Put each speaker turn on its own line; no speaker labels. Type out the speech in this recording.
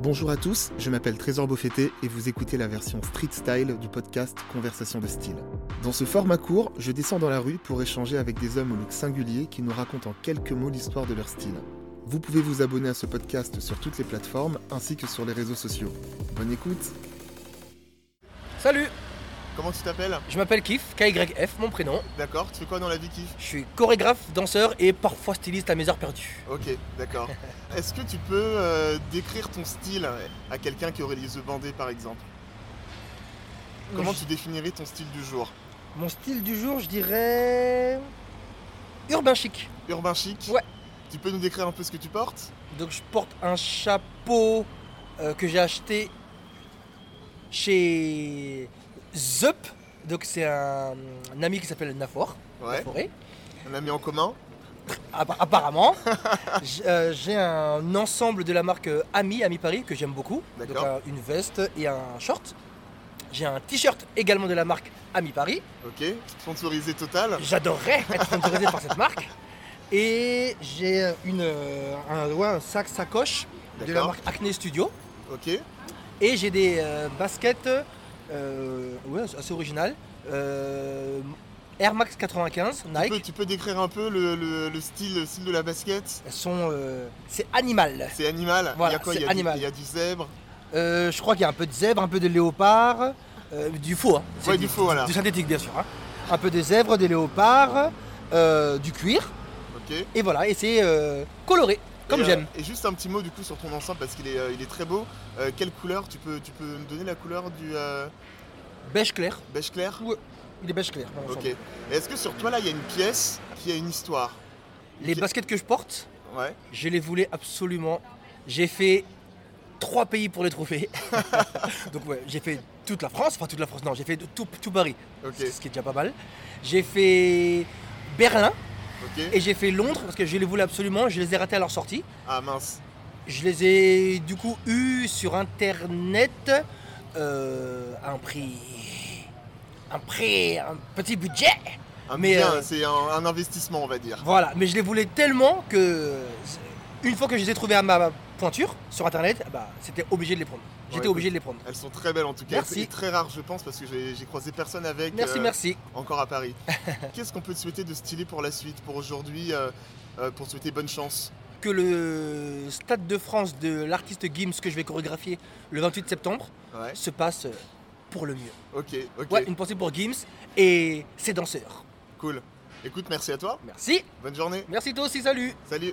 Bonjour à tous, je m'appelle Trésor Beaufetté et vous écoutez la version street style du podcast Conversation de style. Dans ce format court, je descends dans la rue pour échanger avec des hommes au look singulier qui nous racontent en quelques mots l'histoire de leur style. Vous pouvez vous abonner à ce podcast sur toutes les plateformes ainsi que sur les réseaux sociaux. Bonne écoute
Salut,
Comment tu t'appelles
je m'appelle Kif, KYF, mon prénom.
D'accord, tu fais quoi dans la vie Kif
Je suis chorégraphe, danseur et parfois styliste à mes heures perdues.
Ok, d'accord. Est-ce que tu peux euh, décrire ton style à quelqu'un qui aurait les yeux bandés par exemple Comment
Je-
tu définirais ton style du jour
Mon style du jour, je dirais. urbain chic.
Urbain chic
Ouais.
Tu peux nous décrire un peu ce que tu portes
Donc je porte un chapeau euh, que j'ai acheté chez Zup. Donc c'est un, un ami qui s'appelle Nafor,
Ouais.
Naforé.
On a mis en commun
Appa- Apparemment, J'- euh, j'ai un ensemble de la marque euh, Ami, Ami Paris, que j'aime beaucoup. Donc
D'accord.
euh, une veste et un short. J'ai un t-shirt également de la marque Ami Paris.
Ok. Sponsorisé total
J'adorerais être sponsorisé par cette marque. Et j'ai une, euh, un, ouais, un sac sacoche de la
D'accord.
marque Acne Studio.
Ok.
Et j'ai des euh, baskets euh, ouais, assez originales. euh, Air Max 95
Tu peux,
Nike.
tu peux décrire un peu le, le- le style, le style de la basket
Elles sont. euh, c'est animal.
C'est animal Il
Voilà,
y a quoi
c'est
Il y a, du-
animal.
il y a du zèbre
Euh, je crois qu'il y a un peu de zèbre, un peu de léopard, euh, du faux. Hein. C'est
Ouais, du faux, voilà.
Du synthétique, bien sûr. hein. Un peu de zèbre, des léopards, euh, du cuir.
Ok.
Et voilà, et c'est euh, coloré, comme
Et, euh,
j'aime.
et juste un petit mot du coup sur ton ensemble parce qu'il est, euh, il est très beau. Euh, quelle couleur tu peux, tu peux me donner la couleur du euh,
Beige clair.
beige clair
Il est beige clair. dans
Ok.
l'ensemble.
Et Est-ce que sur toi là il y a une pièce qui a une histoire
Les
Ok.
baskets que je porte,
Ouais.
je les voulais absolument. J'ai fait trois pays pour les trouver. Donc ouais, j'ai fait toute la France, enfin toute la France, non, j'ai fait de tout, tout Paris,
Ok.
ce qui est déjà pas mal. J'ai fait Berlin
Ok.
et j'ai fait Londres parce que je les voulais absolument, je les ai ratés à leur sortie.
Ah mince.
Je les ai du coup eus sur internet euh, à un prix. Un prix, un petit budget.
Un
Mais,
bien,
euh,
c'est un, un investissement on va dire.
Voilà, mais je les voulais tellement que. Une fois que je les ai trouvés à ma pointure sur internet, bah, c'était obligé de les prendre. J'étais
Ouais,
obligé de les prendre.
Elles sont très belles en tout cas.
Merci.
Et très rares je pense parce que j'ai j'ai croisé personne avec.
Merci,
euh,
merci.
Encore à Paris. Qu'est-ce qu'on peut te souhaiter de stylé pour la suite, pour aujourd'hui, euh, euh, pour te souhaiter bonne chance
Que le Stade de France de l'artiste Gims que je vais chorégraphier le 28 septembre
Ouais.
se passe euh, pour le mieux.
Ok. Ok.
Ouais, une pensée pour Gims et ses danseurs.
Cool. Écoute, merci à toi.
Merci,
Bonne journée.
merci toi aussi, salut.
Salut